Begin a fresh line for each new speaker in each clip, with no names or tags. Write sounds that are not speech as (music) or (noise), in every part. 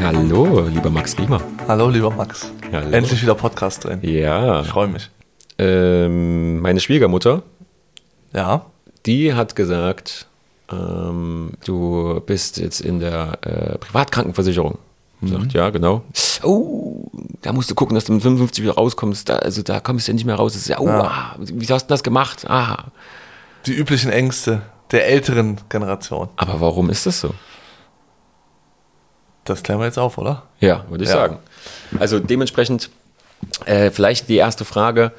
Hallo, lieber Max Riemer.
Hallo, lieber Max.
Hallo.
Endlich wieder Podcast drin.
Ja.
Ich freue mich.
Ähm, meine Schwiegermutter,
Ja,
die hat gesagt, ähm, du bist jetzt in der äh, Privatkrankenversicherung. Ich Sagt, ja, genau. Oh, da musst du gucken, dass du mit 55 wieder rauskommst. Da, also da kommst du nicht mehr raus. Das ist ja, oh, ah, wie hast du das gemacht? Ah.
die üblichen Ängste der älteren Generation.
Aber warum ist das so?
Das klären wir jetzt auf, oder?
Ja, würde ich
Ja.
sagen. Also dementsprechend, äh, vielleicht die erste Frage,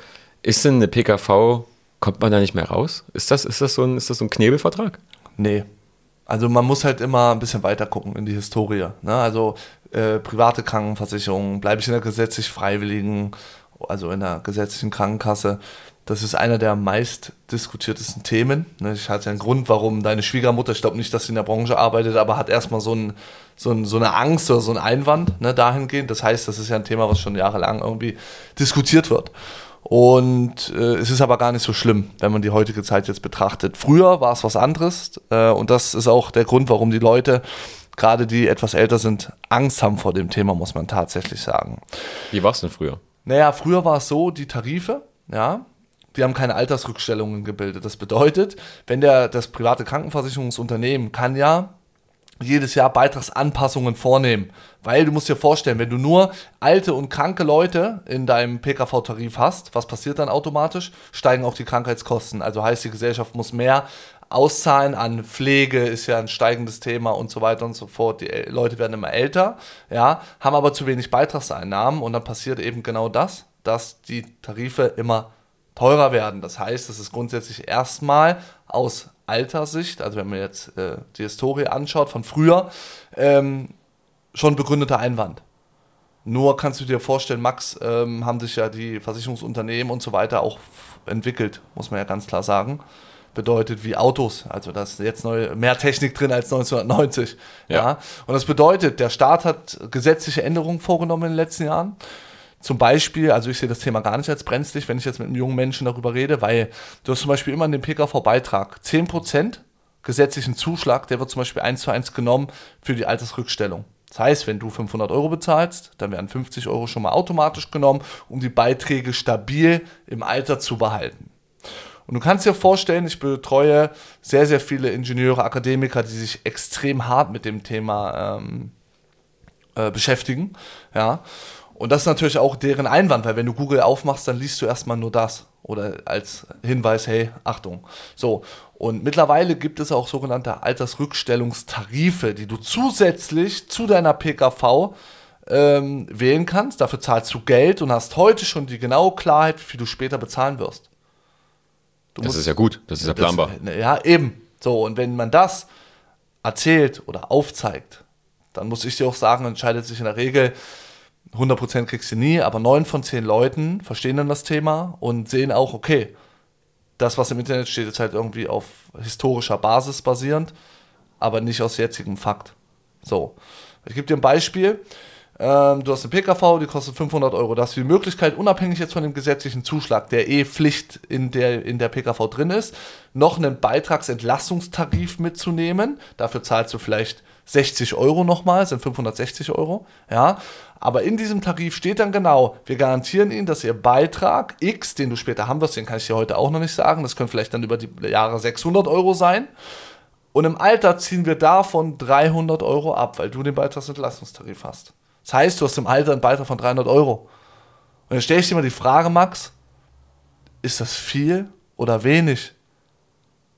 ist denn eine PKV, kommt man da nicht mehr raus? Ist das, ist das, so, ein, ist das so ein Knebelvertrag?
Nee. Also man muss halt immer ein bisschen weiter gucken in die Historie. Ne? Also äh, private Krankenversicherung, bleibe ich in der gesetzlich Freiwilligen, also in der gesetzlichen Krankenkasse. Das ist einer der meist diskutiertesten Themen. Ne? Ich hatte ja einen Grund, warum deine Schwiegermutter, ich glaube nicht, dass sie in der Branche arbeitet, aber hat erstmal so, ein, so, ein, so eine Angst oder so einen Einwand ne, dahingehend. Das heißt, das ist ja ein Thema, was schon jahrelang irgendwie diskutiert wird. Und äh, es ist aber gar nicht so schlimm, wenn man die heutige Zeit jetzt betrachtet. Früher war es was anderes äh, und das ist auch der Grund, warum die Leute, gerade die etwas älter sind, Angst haben vor dem Thema, muss man tatsächlich sagen.
Wie war es denn früher?
Naja, früher war es so, die Tarife, ja, die haben keine Altersrückstellungen gebildet. Das bedeutet, wenn der, das private Krankenversicherungsunternehmen kann ja jedes Jahr Beitragsanpassungen vornehmen. Weil du musst dir vorstellen, wenn du nur alte und kranke Leute in deinem PKV-Tarif hast, was passiert dann automatisch? Steigen auch die Krankheitskosten. Also heißt, die Gesellschaft muss mehr auszahlen an Pflege, ist ja ein steigendes Thema und so weiter und so fort. Die äh, Leute werden immer älter, ja, haben aber zu wenig Beitragseinnahmen und dann passiert eben genau das, dass die Tarife immer teurer werden. Das heißt, es ist grundsätzlich erstmal aus Alterssicht, also wenn man jetzt äh, die Historie anschaut von früher, ähm, schon begründeter Einwand. Nur kannst du dir vorstellen, Max, ähm, haben sich ja die Versicherungsunternehmen und so weiter auch f- entwickelt, muss man ja ganz klar sagen. Bedeutet wie Autos. Also da ist jetzt neue, mehr Technik drin als 1990.
Ja.
ja. Und das bedeutet, der Staat hat gesetzliche Änderungen vorgenommen in den letzten Jahren zum Beispiel, also ich sehe das Thema gar nicht als brenzlig, wenn ich jetzt mit einem jungen Menschen darüber rede, weil du hast zum Beispiel immer in dem PKV-Beitrag 10% gesetzlichen Zuschlag, der wird zum Beispiel eins zu eins genommen für die Altersrückstellung. Das heißt, wenn du 500 Euro bezahlst, dann werden 50 Euro schon mal automatisch genommen, um die Beiträge stabil im Alter zu behalten. Und du kannst dir vorstellen, ich betreue sehr, sehr viele Ingenieure, Akademiker, die sich extrem hart mit dem Thema ähm, äh, beschäftigen. Ja. Und das ist natürlich auch deren Einwand, weil wenn du Google aufmachst, dann liest du erstmal nur das. Oder als Hinweis, hey, Achtung. So. Und mittlerweile gibt es auch sogenannte Altersrückstellungstarife, die du zusätzlich zu deiner PKV ähm, wählen kannst. Dafür zahlst du Geld und hast heute schon die genaue Klarheit, wie viel du später bezahlen wirst. Du
Das ist ja gut, das ist ja planbar.
das, äh, ja, eben. So, und wenn man das erzählt oder aufzeigt, dann muss ich dir auch sagen, entscheidet sich in der Regel, 100% kriegst du nie, aber 9 von 10 Leuten verstehen dann das Thema und sehen auch, okay, das, was im Internet steht, ist halt irgendwie auf historischer Basis basierend, aber nicht aus jetzigem Fakt. So, ich gebe dir ein Beispiel. Ähm, du hast eine PKV, die kostet 500 Euro. Da hast du die Möglichkeit, unabhängig jetzt von dem gesetzlichen Zuschlag, der eh Pflicht in der, in der PKV drin ist, noch einen Beitragsentlastungstarif mitzunehmen. Dafür zahlst du vielleicht 60 Euro nochmal, sind 560 Euro. Ja. Aber in diesem Tarif steht dann genau, wir garantieren Ihnen, dass Ihr Beitrag X, den du später haben wirst, den kann ich dir heute auch noch nicht sagen, das können vielleicht dann über die Jahre 600 Euro sein, und im Alter ziehen wir davon 300 Euro ab, weil du den Beitragsentlastungstarif hast. Das heißt, du hast im Alter einen Beitrag von 300 Euro. Und dann stelle ich dir mal die Frage, Max, ist das viel oder wenig?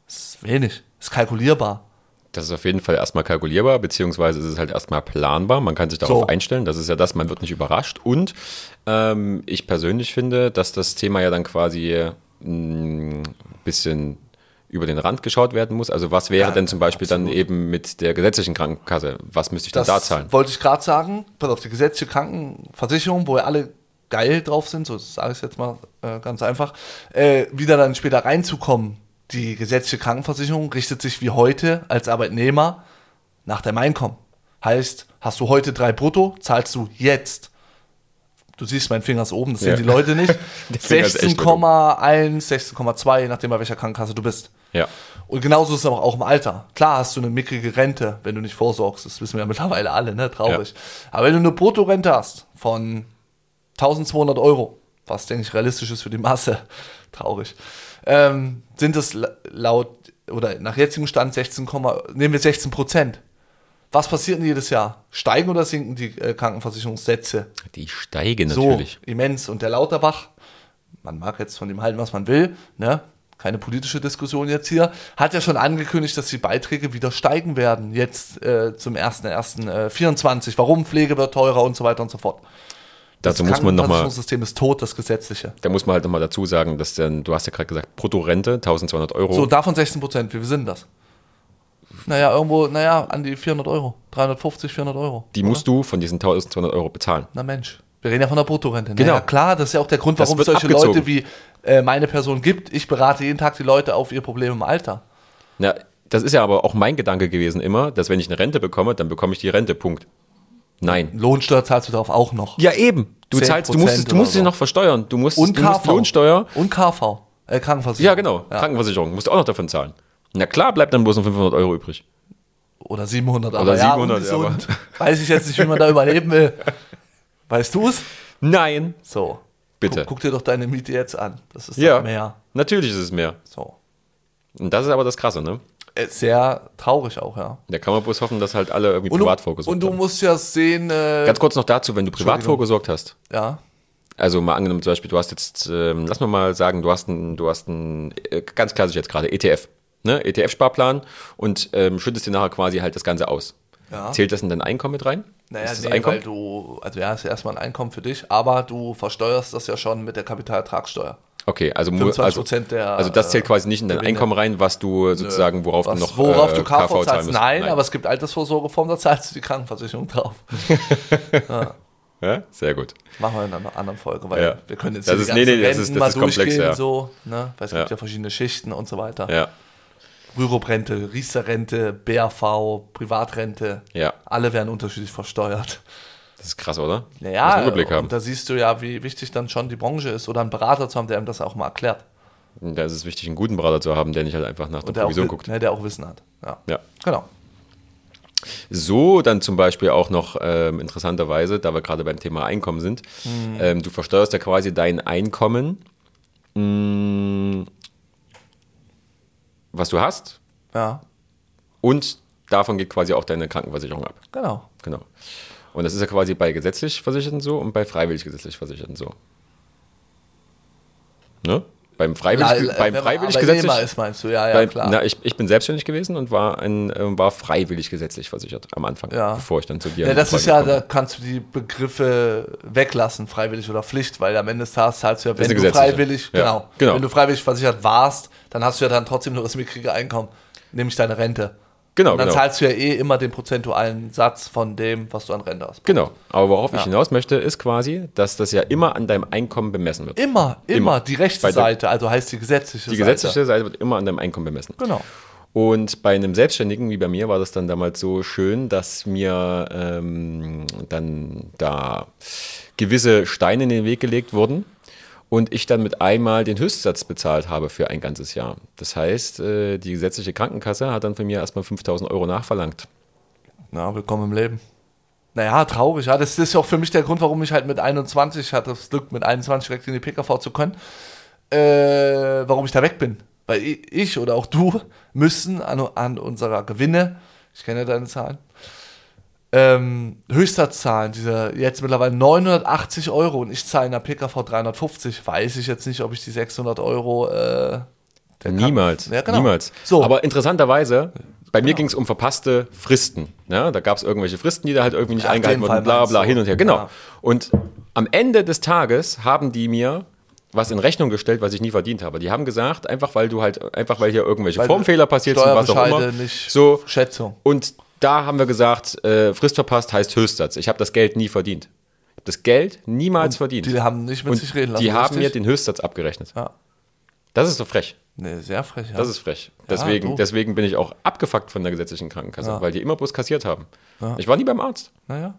Das ist wenig. Das ist kalkulierbar.
Das ist auf jeden Fall erstmal kalkulierbar, beziehungsweise ist es halt erstmal planbar. Man kann sich darauf
So.
einstellen. Das ist ja das, man wird nicht überrascht. Und ähm, ich persönlich finde, dass das Thema ja dann quasi ein bisschen über den Rand geschaut werden muss. Also was wäre
Ja,
denn zum Beispiel dann eben mit der gesetzlichen Krankenkasse? Was müsste ich dann
Das
da zahlen?
wollte ich gerade sagen. Pass auf, die gesetzliche Krankenversicherung, wo ja alle geil drauf sind, so sage ich jetzt mal äh, ganz einfach, äh, wieder dann später reinzukommen. Die gesetzliche Krankenversicherung richtet sich wie heute als Arbeitnehmer nach deinem Einkommen. Heißt, hast du heute drei brutto, zahlst du jetzt. Du siehst, mein Finger ist oben, das
Ja. (laughs)
sehen die Leute nicht.
Finger ist echt
16,1, 16,2, je nachdem, bei welcher Krankenkasse du bist.
Ja.
Und genauso ist es aber auch im Alter. Klar hast du eine mickrige Rente, wenn du nicht vorsorgst. Das wissen wir ja mittlerweile alle, ne? Traurig. Aber wenn du eine Bruttorente hast von 1200 Euro, was denke ich realistisch ist für die Masse, (laughs) traurig, ähm, sind es la- laut oder nach jetzigem Stand 16, nehmen wir 16 Prozent. Was passiert denn jedes Jahr? Steigen oder sinken die äh, Krankenversicherungssätze?
Die steigen
so
natürlich.
immens. Und der Lauterbach, man mag jetzt von ihm halten, was man will, ne? keine politische Diskussion jetzt hier, hat ja schon angekündigt, dass die Beiträge wieder steigen werden, jetzt äh, zum 1.1.24. Warum? Pflege wird teurer und so weiter und so fort.
Dazu muss man nochmal
Das System ist tot, das gesetzliche.
Da muss man halt nochmal dazu sagen, dass dann, du hast ja gerade gesagt, Bruttorente 1200 Euro.
So, davon 16 Prozent, wie viel sind das? Naja, irgendwo, naja, an die 400 Euro. 350, 400 Euro.
die musst du von diesen 1200 Euro bezahlen.
Na Mensch, wir reden ja von der Bruttorente.
Genau.
Naja, klar, das ist ja auch der Grund,
Das
warum es
wird
solche
abgezogen.
Leute wie äh, meine Person gibt. Ich berate jeden Tag die Leute auf ihr Problem im Alter.
Na, das ist ja aber auch mein Gedanke gewesen immer, dass wenn ich eine Rente bekomme, dann bekomme ich die Rente, Punkt. Nein.
Lohnsteuer zahlst du darauf auch noch.
Ja, eben. Du
10%
zahlst, du musst, es- du
oder
musst sie
so.
noch versteuern. Du musst,
Und
du musst
KV.
Lohnsteuer.
Und KV. Äh, Krankenversicherung.
Ja, genau. Krankenversicherung. Musst du auch noch davon zahlen. Na klar, bleibt dann bloß noch 500 Euro übrig.
Oder 700.
Oder
ja,
700,
ungesund. (laughs) Weiß ich jetzt nicht, wie man da überleben will. Weißt du es?
Nein.
So.
Bitte.
Guck, guck dir doch deine Miete jetzt an. Das ist
Ja.
doch mehr.
Natürlich ist es mehr.
So.
Und das ist aber das Krasse, ne?
Äh, Sehr traurig auch, ja.
Da kann man bloß hoffen, dass halt alle irgendwie
Und
privat
du, und
vorgesorgt
du
haben.
musst ja sehen, äh,
Ganz kurz noch dazu, wenn du privat
Entschuldigung.
vorgesorgt hast,
ja,
Also mal angenommen zum Beispiel, du hast jetzt, ähm, lass mal mal sagen, du hast einen, du hast einen, äh, ganz klassisch jetzt gerade, ETF, ne? ETF-Sparplan und ähm, schüttest dir nachher quasi halt das Ganze aus.
Ja.
Zählt das in dein Einkommen mit rein?
Naja,
Ist das
nee,
Einkommen?
weil du, also ja, ist ja erstmal ein Einkommen für dich, aber du versteuerst das ja schon mit der Kapitalertragssteuer.
okay, also, mu- also,
25% der, äh,
also das zählt quasi nicht in dein
Gewinne.
Einkommen rein, was du sozusagen, worauf du
Was,
noch
worauf
äh,
du KV,
zahlen
zahlst,
musst.
nein, aber es gibt Altersvorsorgeformen, da zahlst du die Krankenversicherung drauf. (laughs)
ja? Sehr gut.
Machen wir in einer anderen Folge, weil
Ja.
wir können jetzt
Das
hier
ist-
die
nee,
ganzen
nee, das
Renten
ist- das
mal
ist komplex,
durchgehen,
ja.
so, ne? weil es gibt
Ja.
ja verschiedene Schichten und so weiter.
Ja,
Rürup-Rente, Riester-Rente, BAV, Privatrente,
Ja.
alle werden unterschiedlich versteuert.
das ist krass, oder? Muss
Naja,
einen Überblick haben.
und da siehst du ja, wie wichtig dann schon die Branche ist oder einen Berater zu haben, der einem das auch mal erklärt.
Da ist es wichtig, einen guten Berater zu haben, der nicht halt einfach nach der
Und der auch,
Provision
wi-
guckt.
ne, der auch Wissen hat. Ja.
Ja.
Genau.
So, dann zum Beispiel auch noch ähm, interessanterweise, da wir gerade beim Thema Einkommen sind,
Mhm.
ähm, du versteuerst ja quasi dein Einkommen, mh, was du hast,
Ja,
und davon geht quasi auch deine Krankenversicherung ab.
genau.
Genau. Und das ist ja quasi bei gesetzlich Versicherten so und bei freiwillig gesetzlich Versicherten so. Ne? Beim freiwillig,
äh,
beim freiwillig gesetzlich.
Arbeitnehmer ist, meinst du, ja, ja,
Weil,
klar.
Na, ich, ich bin selbstständig gewesen und war, ein, ähm, war freiwillig gesetzlich versichert am Anfang,
Ja.
bevor ich dann zu dir
ja, das
in die
ist ja,
Frage
da
gekommen
kannst du die Begriffe weglassen, freiwillig oder Pflicht, weil am Ende des Tages zahlst du ja,
ist
wenn
eine
du
gesetzliche.
freiwillig,
Ja,
genau,
genau.
wenn du freiwillig versichert warst, dann hast du ja dann trotzdem nur das mickrige Einkommen, nämlich deine Rente.
Genau,
Und dann
genau.
zahlst du ja eh immer den prozentualen Satz von dem, was du an Rente hast.
Genau, aber worauf ich
Ja.
hinaus möchte, ist quasi, dass das ja immer an deinem Einkommen bemessen wird.
Immer, immer,
Immer.
die rechte
Bei der-
Seite, also heißt die gesetzliche
Die
Seite.
gesetzliche Seite wird immer an deinem Einkommen bemessen.
Genau.
Und bei einem Selbstständigen wie bei mir war das dann damals so schön, dass mir ähm, dann da gewisse Steine in den Weg gelegt wurden und ich dann mit einmal den Höchstsatz bezahlt habe für ein ganzes Jahr. Das heißt, äh, die gesetzliche Krankenkasse hat dann von mir erstmal 5000 Euro nachverlangt.
Na, willkommen im Leben. Naja, traurig. Ja. Das ist ja auch für mich der Grund, warum ich halt mit 21, ich hatte das Glück, mit 21 direkt in die PKV zu können, äh, warum ich da weg bin. Weil i- ich oder auch du müssen an, an unserer Gewinne, ich kenne ja deine Zahlen, ähm, Höchstzahlen, diese jetzt mittlerweile 980 Euro und ich zahle in der PKV 350, weiß ich jetzt nicht, ob ich die 600 Euro äh, der
Niemals.
Kranken- Ja, genau.
Niemals.
So. Genau.
Aber interessanterweise, bei mir ging es um verpasste Fristen. Ja, da gab es irgendwelche Fristen, die da halt irgendwie nicht
Ja, auf
eingehalten
jeden
wurden,
Fall
bla
meinst
bla,
du.
hin und her. Genau.
Ja.
Und am Ende des Tages haben die mir was in Rechnung gestellt, was ich nie verdient habe. Die haben gesagt, einfach weil du halt, einfach weil hier irgendwelche
Weil
Formfehler passiert sind, was auch immer.
Steuerbescheide nicht
So.
Schätzung.
Und da haben wir gesagt, äh, Frist verpasst heißt Höchstsatz. Ich habe das Geld nie verdient. Ich habe das Geld niemals verdient.
Die haben nicht mit
und
sich reden lassen.
die haben
richtig?
mir den Höchstsatz abgerechnet.
Ja.
Das ist so frech.
Nee, Ne, sehr frech. Ja.
Das ist frech. Deswegen,
du.
deswegen bin ich auch abgefuckt von der gesetzlichen Krankenkasse, weil die immer bloß kassiert haben. Ich war nie beim Arzt.
naja.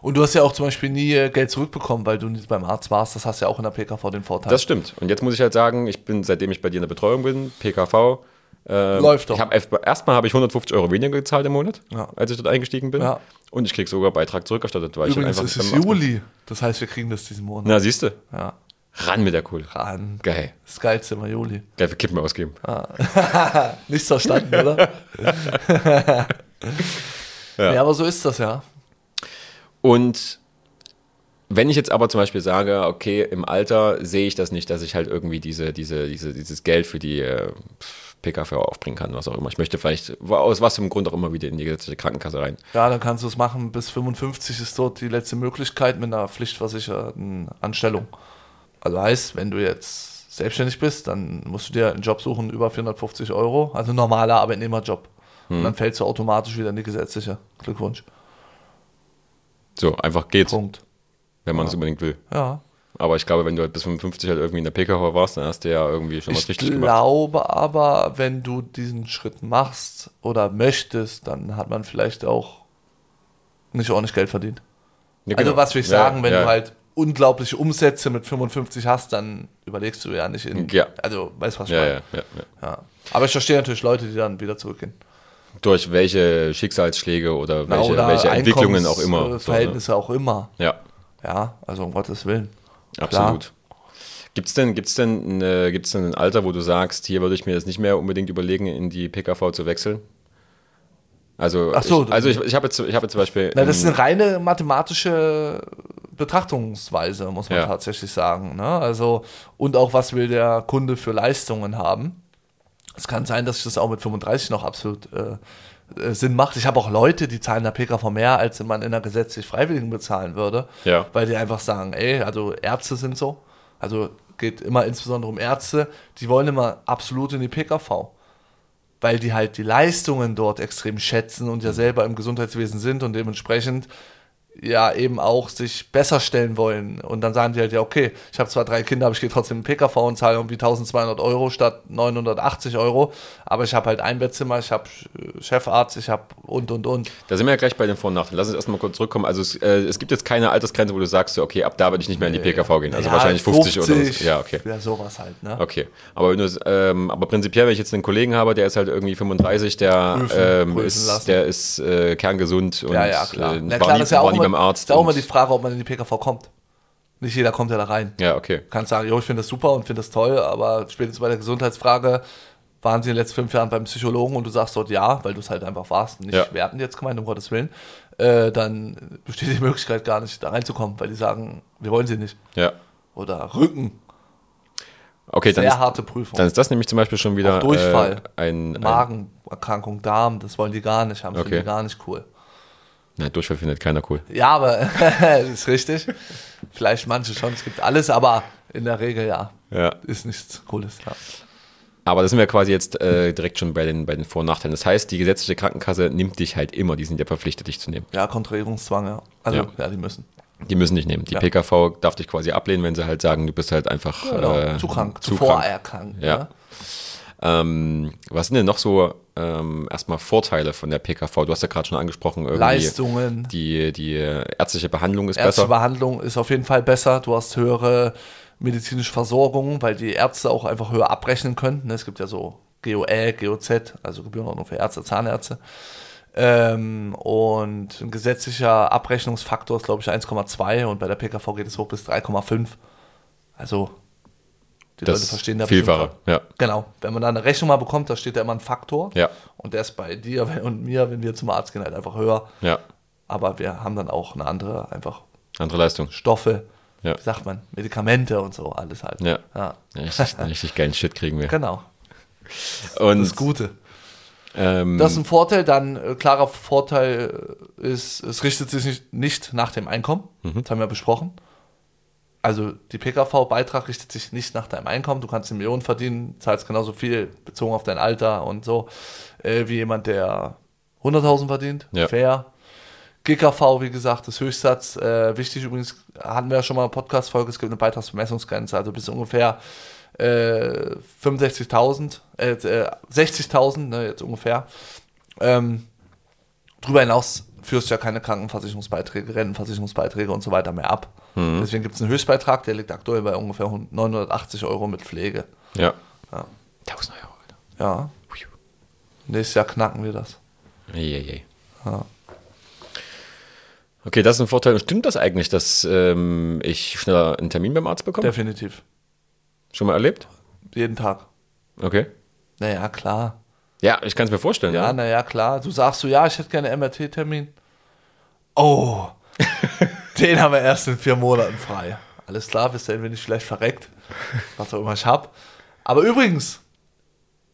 Und du hast ja auch zum Beispiel nie äh, Geld zurückbekommen, weil du nicht beim Arzt warst. Das hast ja auch in der PKV den Vorteil.
Das stimmt. Und jetzt muss ich halt sagen, ich bin, seitdem ich bei dir in der Betreuung bin, PKV, Ähm,
Läuft doch.
Ich hab, erst- erstmal habe ich 150 Euro weniger gezahlt im Monat,
Ja.
als ich dort eingestiegen bin.
Ja.
Und ich krieg sogar Beitrag zurückerstattet, weil
Übrigens
ich
ist
dann
es
einfach.
Juli. Das heißt, wir kriegen das diesen Monat.
Na, siehst du,
Ja.
ran mit der Kohle.
Ran.
Geil.
Das geilste immer Juli.
Geil, wir Kippen ausgeben.
Nichts (laughs) verstanden, oder? (laughs) ja. aber so ist das ja.
Und wenn ich jetzt aber zum Beispiel sage, okay, im Alter sehe ich das nicht, dass ich halt irgendwie diese, diese, diese, dieses Geld für die äh, PKV aufbringen kann, was auch immer. Ich möchte vielleicht wa- aus was im Grund auch immer wieder in die gesetzliche Krankenkasse rein.
Ja, dann kannst du es machen. Bis 55 ist dort die letzte Möglichkeit mit einer pflichtversicherten Anstellung. Also heißt, wenn du jetzt selbstständig bist, dann musst du dir einen Job suchen über 450 Euro. Also normaler Arbeitnehmerjob.
Hm.
Und dann fällst du automatisch wieder in die gesetzliche. Glückwunsch.
So, einfach geht's,
Punkt.
wenn man es unbedingt will.
Ja.
Aber ich glaube, wenn du halt bis 55 halt irgendwie in der PKV warst, dann hast du ja irgendwie schon was
Ich
richtig gemacht.
glaube aber, wenn du diesen Schritt machst oder möchtest, dann hat man vielleicht auch nicht ordentlich Geld verdient.
Ja,
Also
genau.
was will ich
Ja,
sagen, wenn
ja.
du halt unglaubliche Umsätze mit 55 hast, dann überlegst du ja nicht in.
Ja.
Also weißt du was ich
Ja,
meine?
ja, ja, ja.
Ja. Aber ich verstehe natürlich Leute, die dann wieder zurückgehen.
Durch welche Schicksalsschläge oder
Na,
welche, welche Entwicklungen
Einkommens-
auch
äh,
immer. So, ne?
Verhältnisse auch immer.
Ja,
Ja, also um Gottes Willen.
Absolut. Gibt es denn, gibt's denn, äh, gibt's denn ein Alter, wo du sagst, hier würde ich mir jetzt nicht mehr unbedingt überlegen, in die PKV zu wechseln? Also,
Ach so.
ich, also ich, ich habe jetzt, ich hab jetzt zum Beispiel.
Na, das ist
ähm,
eine reine mathematische Betrachtungsweise, muss man
Ja.
tatsächlich sagen. Ne? Also, und auch, was will der Kunde für Leistungen haben? Es kann sein, dass ich das auch mit 35 noch absolut äh, äh, Sinn macht. Ich habe auch Leute, die zahlen der PKV mehr, als man in der gesetzlich Freiwilligen bezahlen würde,
Ja.
weil die einfach sagen, ey, also Ärzte sind so. Also geht immer insbesondere um Ärzte, die wollen immer absolut in die PKV weil die halt die Leistungen dort extrem schätzen und ja selber im Gesundheitswesen sind und dementsprechend ja eben auch sich besser stellen wollen. Und dann sagen die halt, ja, okay, ich habe zwar drei Kinder, aber ich gehe trotzdem in den PKV und zahle irgendwie 1200 Euro statt 980 Euro, aber ich habe halt ein Bettzimmer, ich habe äh, Chefarzt, ich habe und, und, und.
da sind wir ja gleich bei den Vor- und Nachteilen. Lass uns erstmal kurz zurückkommen. Also es, äh, es gibt jetzt keine Altersgrenze, wo du sagst, so, okay, ab da würde ich nicht mehr in die PKV gehen. Also
Ja,
wahrscheinlich 50, oder so. Ja, okay.
Ja, sowas halt, ne?
Okay, aber, wenn du, ähm, aber prinzipiell, wenn ich jetzt einen Kollegen habe, der ist halt irgendwie 35, der
Prüfen,
ähm,
prüfen
ist,
lassen.
der ist äh, kerngesund und
Ja, ja, klar.
Äh,
Na,
war
klar,
nie,
das ist ja
war
auch
nie
immer,
beim Arzt.
ist auch immer
und-
die Frage, ob man in die PKV kommt. Nicht jeder kommt ja da rein.
ja, okay.
kannst sagen, jo, ich finde das super und finde das toll, aber spätestens bei der Gesundheitsfrage waren sie in den letzten fünf Jahren beim Psychologen und du sagst dort ja, weil du es halt einfach warst, nicht
Ja.
werten jetzt gemeint, um Gottes Willen, äh, dann besteht die Möglichkeit gar nicht, da reinzukommen, weil die sagen, wir wollen sie nicht.
Ja.
Oder Rücken,
Okay, dann
sehr
ist,
harte Prüfung.
Dann ist das nämlich zum Beispiel schon wieder
Auch Durchfall.
Äh, ein, ein
Magenerkrankung, Darm, das wollen die gar nicht haben,
Okay.
finden die gar nicht cool.
na, Durchfall findet keiner cool.
Ja, aber (laughs) das ist richtig. Vielleicht manche schon, es gibt alles, aber in der Regel ja.
Ja.
Ist nichts Cooles, ja.
Aber da sind wir quasi jetzt äh, direkt schon bei den, bei den Vor- und Nachteilen. Das heißt, die gesetzliche Krankenkasse nimmt dich halt immer, die sind ja verpflichtet, dich zu nehmen.
Ja, Kontrahierungszwang, ja. Also,
Ja.
ja, die müssen.
Die müssen dich nehmen. Die
Ja.
PKV darf dich quasi ablehnen, wenn sie halt sagen, du bist halt einfach
Genau.
äh,
zu krank,
Zu
zu
krank.
vorerkrankt.
Ja.
Ne?
Ähm, was sind denn noch so ähm, erstmal Vorteile von der PKV? Du hast ja gerade schon angesprochen, irgendwie
Leistungen,
Die, die ärztliche Behandlung ist besser.
ärztliche Behandlung ist auf jeden Fall besser. Du hast höhere medizinische Versorgung, weil die Ärzte auch einfach höher abrechnen können. Ne? Es gibt ja so GOL, GOZ, also Gebührenordnung für Ärzte, Zahnärzte. Ähm, und ein gesetzlicher Abrechnungsfaktor ist, glaube ich, 1,2 und bei der PKV geht es hoch bis 3,5. Also, die
Das
Leute verstehen da bestimmt-
Vielfache, ja.
Genau, wenn man da eine Rechnung mal bekommt, da steht da immer ein Faktor.
Ja.
Und der ist bei dir (laughs) und mir, wenn wir zum Arzt gehen, halt einfach höher.
Ja,
Aber wir haben dann auch eine andere, einfach
andere Leistung.
Stoffe,
Ja.
wie sagt man, Medikamente und so, alles halt.
Ja. Richtig, richtig geilen Shit kriegen wir.
Genau,
Und,
das Gute.
Ähm,
Das ist ein Vorteil, dann äh, klarer Vorteil äh, ist, es richtet sich nicht, nicht nach dem Einkommen.
Mhm.
Das haben wir besprochen. Also die PKV-Beitrag richtet sich nicht nach deinem Einkommen. Du kannst eine Million verdienen, zahlst genauso viel bezogen auf dein Alter und so, äh, wie jemand, der 100.000 verdient.
Ja.
Fair. GKV, wie gesagt, das Höchstsatz. Äh, wichtig übrigens, hatten wir ja schon mal eine Podcast-Folge, es gibt eine Beitragsbemessungsgrenze, also bis ungefähr äh, 65.000, äh, äh, 60.000, ne, jetzt ungefähr. Ähm, drüber hinaus führst du ja keine Krankenversicherungsbeiträge, Rentenversicherungsbeiträge und so weiter mehr ab. Deswegen gibt es einen Höchstbeitrag, der liegt aktuell bei ungefähr 980 Euro mit Pflege.
ja.
Ja.
1000 Euro.
Ja.
Alter.
Nächstes Jahr knacken wir das.
Eieiei.
Ja.
Okay, das ist ein Vorteil. Und Stimmt das eigentlich, dass ähm, ich schneller einen Termin beim Arzt bekomme?
Definitiv.
Schon mal erlebt?
Jeden Tag.
Okay.
Naja, klar.
Ja, ich kann es mir vorstellen.
Ja,
Ja.
naja, klar. Du sagst so, ja, ich hätte gerne MRT-Termin.
(laughs)
Oh, den haben wir erst in vier Monaten frei. Alles klar, bis dahin bin ich vielleicht verreckt, was auch immer ich habe. Aber übrigens,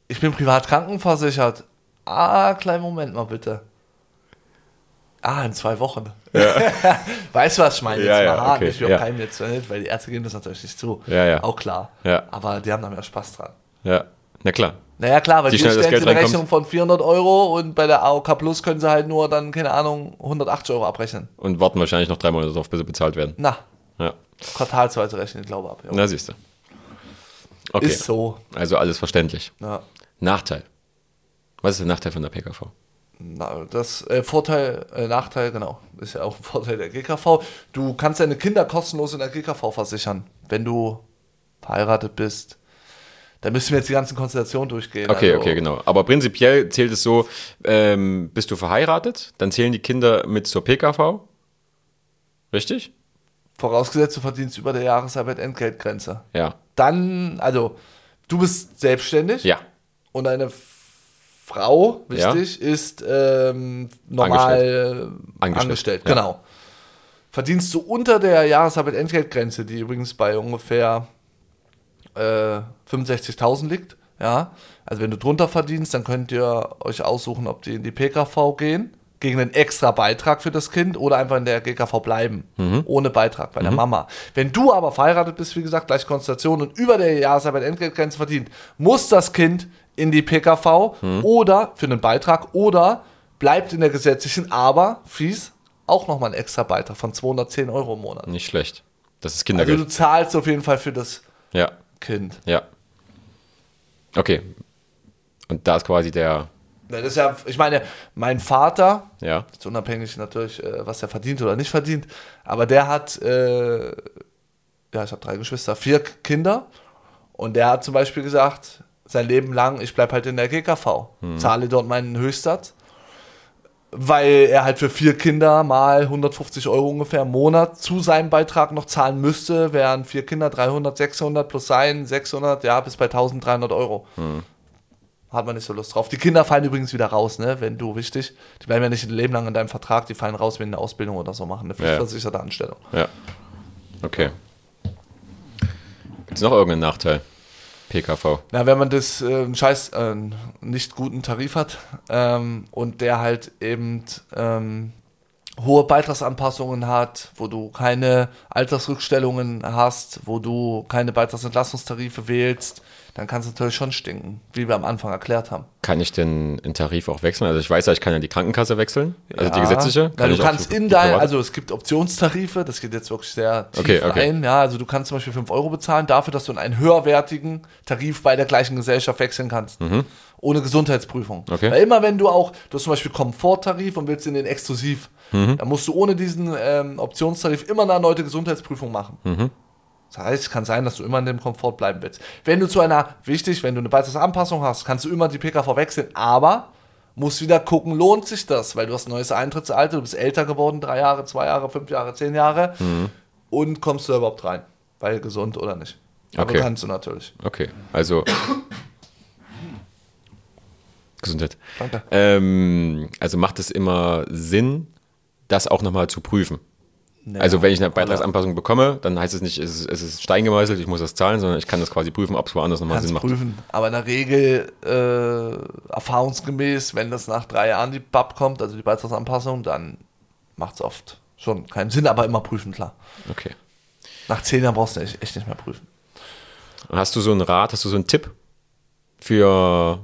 ich bin privat krankenversichert. Ah, kleinen Moment mal bitte. Ah, in zwei Wochen. (laughs) weißt du, was ich meine?
Ja,
jetzt
ja,
mal hart.
okay,
ich will
ja.
auch keinem jetzt, nicht, weil die Ärzte geben das natürlich nicht zu.
Ja, ja.
Auch klar.
Ja.
Aber die haben da mehr Spaß dran.
ja. Na klar.
Naja, klar, weil
Wie
die
schnell
stellen
das
sie
Geld
eine
reinkommt.
Rechnung von 400 Euro und bei der AOK Plus können sie halt nur dann, keine Ahnung, 180 Euro abrechnen.
Und warten wahrscheinlich noch drei Monate drauf, bis sie bezahlt werden.
Na,
Ja.
quartalsweise rechnen, ich glaube ab. Ja.
Na, siehst du. Okay.
Ist so.
Also alles verständlich.
Ja.
Nachteil. Was ist der Nachteil von der PKV?
Na, das äh, Vorteil, äh, Nachteil, genau, ist ja auch ein (laughs) Vorteil der GKV. Du kannst deine Kinder kostenlos in der GKV versichern, wenn du verheiratet bist. Da müssen wir jetzt die ganzen Konstellationen durchgehen.
Okay,
also,
okay, genau. Aber prinzipiell zählt es so, ähm, bist du verheiratet, dann zählen die Kinder mit zur PKV. Richtig?
Vorausgesetzt, du verdienst über der Jahresarbeitentgeltgrenze.
Ja.
Dann, also, du bist selbstständig.
Ja.
und eine F- Frau, wichtig, ist ähm, normal angestellt.
Angestellt.
angestellt
Ja.
Genau. Verdienst du unter der Jahresarbeitentgeltgrenze, die übrigens bei ungefähr äh, 65.000 liegt, ja, also wenn du drunter verdienst, dann könnt ihr euch aussuchen, ob die in die PKV gehen, gegen einen extra Beitrag für das Kind oder einfach in der GKV bleiben, ohne Beitrag bei der Mama. Wenn du aber verheiratet bist, wie gesagt, gleich Konstellation und über der Jahresarbeitentgeltgrenze verdient, muss das Kind in die PKV oder für einen Beitrag oder bleibt in der gesetzlichen, aber fies, auch nochmal ein extra Beitrag von 210 Euro im Monat.
Nicht schlecht. Das ist
Also
Kindergeld.
du zahlst auf jeden Fall für das
ja,
Kind.
ja. Okay. Und da ist quasi der,
Ja, Das ist ja, ich meine, mein Vater,
ja,
jetzt unabhängig natürlich, äh, was er verdient oder nicht verdient, aber der hat, äh, ja, ich habe drei Geschwister, vier K- Kinder und der hat zum Beispiel gesagt, sein Leben lang, ich bleibe halt in der GKV, zahle dort meinen Höchstsatz, weil er halt für vier Kinder mal 150 Euro ungefähr im Monat zu seinem Beitrag noch zahlen müsste, wären vier Kinder 300, 600 plus sein 600, ja, bis bei 1300 Euro hat man nicht so Lust drauf. Die Kinder fallen übrigens wieder raus, ne? Wenn du, wichtig, die bleiben ja nicht ein Leben lang in deinem Vertrag, die fallen raus, wenn eine Ausbildung oder so machen,
ja.
eine pflichtversicherte Anstellung.
ja. Okay. Gibt es noch irgendeinen Nachteil? PKV.
Na, wenn man das äh, einen scheiß, äh, nicht guten Tarif hat ähm, und der halt eben ähm, hohe Beitragsanpassungen hat, wo du keine Altersrückstellungen hast, wo du keine Beitragsentlastungstarife wählst, dann kann es natürlich schon stinken, wie wir am Anfang erklärt haben.
Kann ich denn den Tarif auch wechseln? Also ich weiß ja, ich kann ja die Krankenkasse wechseln, also die
Ja.
gesetzliche.
Na,
Kann
du
ich auch
kannst
die-
in
die
dein,
private?
also es gibt Optionstarife, das geht jetzt wirklich sehr tief
Okay, okay.
ein. Ja, also du kannst zum Beispiel 5 Euro bezahlen dafür, dass du in einen höherwertigen Tarif bei der gleichen Gesellschaft wechseln kannst. Ohne Gesundheitsprüfung.
Mhm. Okay.
Weil immer wenn du auch, du hast zum Beispiel Komforttarif und willst in den Exklusiv,
Mhm.
dann musst du ohne diesen ähm, Optionstarif immer eine erneute Gesundheitsprüfung machen. Das heißt, es kann sein, dass du immer in dem Komfort bleiben willst. Wenn du zu einer, wichtig, wenn du eine Beitragsanpassung hast, kannst du immer die PKV wechseln, aber musst wieder gucken, lohnt sich das, weil du hast ein neues Eintrittsalter, du bist älter geworden, drei Jahre, zwei Jahre, fünf Jahre, zehn Jahre
Mhm.
und kommst du da überhaupt rein, weil gesund oder nicht. Aber
Okay.
kannst du natürlich.
Okay,
(coughs)
also. Gesundheit.
Danke.
Ähm, also macht es immer Sinn, das auch nochmal zu prüfen.
Ja.
also wenn ich eine
Oder
Beitragsanpassung bekomme, dann heißt es nicht, es ist, es ist Stein gemeißelt, ich muss das zahlen, sondern ich kann das quasi prüfen, ob es woanders nochmal
kannst
Sinn macht.
prüfen, aber in der Regel äh, erfahrungsgemäß, wenn das nach drei Jahren die BAP kommt, also die Beitragsanpassung, dann macht es oft schon keinen Sinn, aber immer prüfen, klar.
Okay.
Nach zehn Jahren brauchst du echt, echt nicht mehr prüfen.
Hast du so einen Rat, hast du so einen Tipp für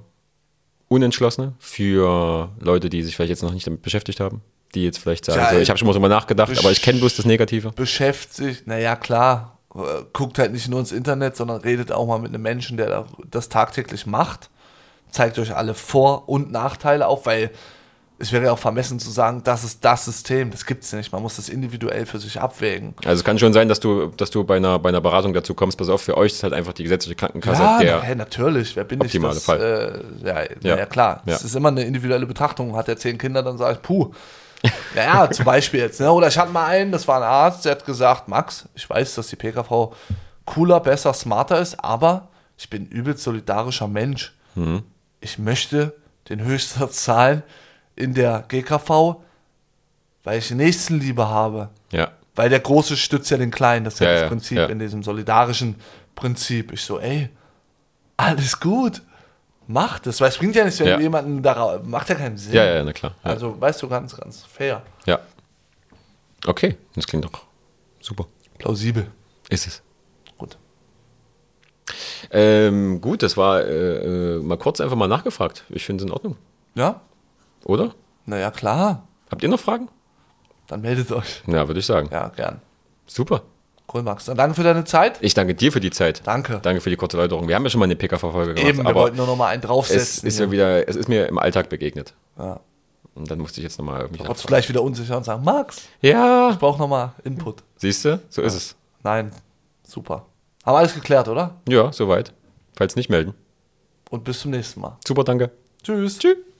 Unentschlossene, für Leute, die sich vielleicht jetzt noch nicht damit beschäftigt haben, die jetzt vielleicht sagen,
Tja,
so, ich habe schon mal drüber nachgedacht,
besch-
aber ich kenne bloß das Negative.
Beschäftigt, naja, klar, äh, guckt halt nicht nur ins Internet, sondern redet auch mal mit einem Menschen, der da- das tagtäglich macht. Zeigt euch alle Vor- und Nachteile auf, weil es wäre ja auch vermessen zu sagen, das ist das System. Das gibt es nicht. Man muss das individuell für sich abwägen.
Also es kann schon sein, dass du, dass du bei einer, bei einer Beratung dazu kommst, pass auf, für euch ist halt einfach die gesetzliche Krankenkasse
Ja,
der.
na, hey, natürlich. Wer bin ich?
optimale
Das,
Fall.
Äh, ja,
Ja.
na ja, klar.
Ja.
Es ist immer eine individuelle Betrachtung. Hat er zehn Kinder, dann sage ich, puh.
(laughs)
Naja, zum Beispiel jetzt. Ne? Oder ich hatte mal einen, das war ein Arzt, der hat gesagt, Max, ich weiß, dass die PKV cooler, besser, smarter ist, aber ich bin übel solidarischer Mensch.
Mhm.
Ich möchte den Höchstsatz zahlen in der GKV, weil ich Nächstenliebe habe.
Ja.
Weil der Große stützt ja den Kleinen, das ist ja,
Ja,
das
ja,
Prinzip
ja.
in diesem solidarischen Prinzip. Ich so, ey, alles gut, mach das, weil es bringt ja nichts, wenn
Ja.
du jemanden darauf, macht ja keinen Sinn.
Ja, ja, na klar. Ja.
Also, weißt du, ganz, ganz fair,
ja. Okay, das klingt doch super.
plausibel.
Ist es.
Gut.
Ähm, gut, das war äh, äh, mal kurz einfach mal nachgefragt. Ich finde es in Ordnung,
Ja,
oder?
naja, klar,
Habt ihr noch Fragen?
dann meldet euch.
Ja, würde ich sagen.
Ja, gern.
Super.
Cool, Max. Dann danke für deine Zeit.
Ich danke dir für die Zeit.
Danke.
Danke für die kurze Erläuterung. Wir haben ja schon mal eine PKV-Folge gemacht,
Eben, wir
aber
wollten nur noch mal einen
es
draufsetzen.
ist mir wieder, es ist mir im Alltag begegnet.
ja.
Und dann musste ich jetzt nochmal irgendwie.
Trotz vielleicht wieder unsicher und sagen, Max,
Ja,
ich brauche noch mal Input.
siehst du, so ist es.
Nein, super. Haben wir alles geklärt, oder?
Ja, soweit. Falls nicht melden.
Und bis zum nächsten Mal.
Super, danke.
Tschüss. Tschüss.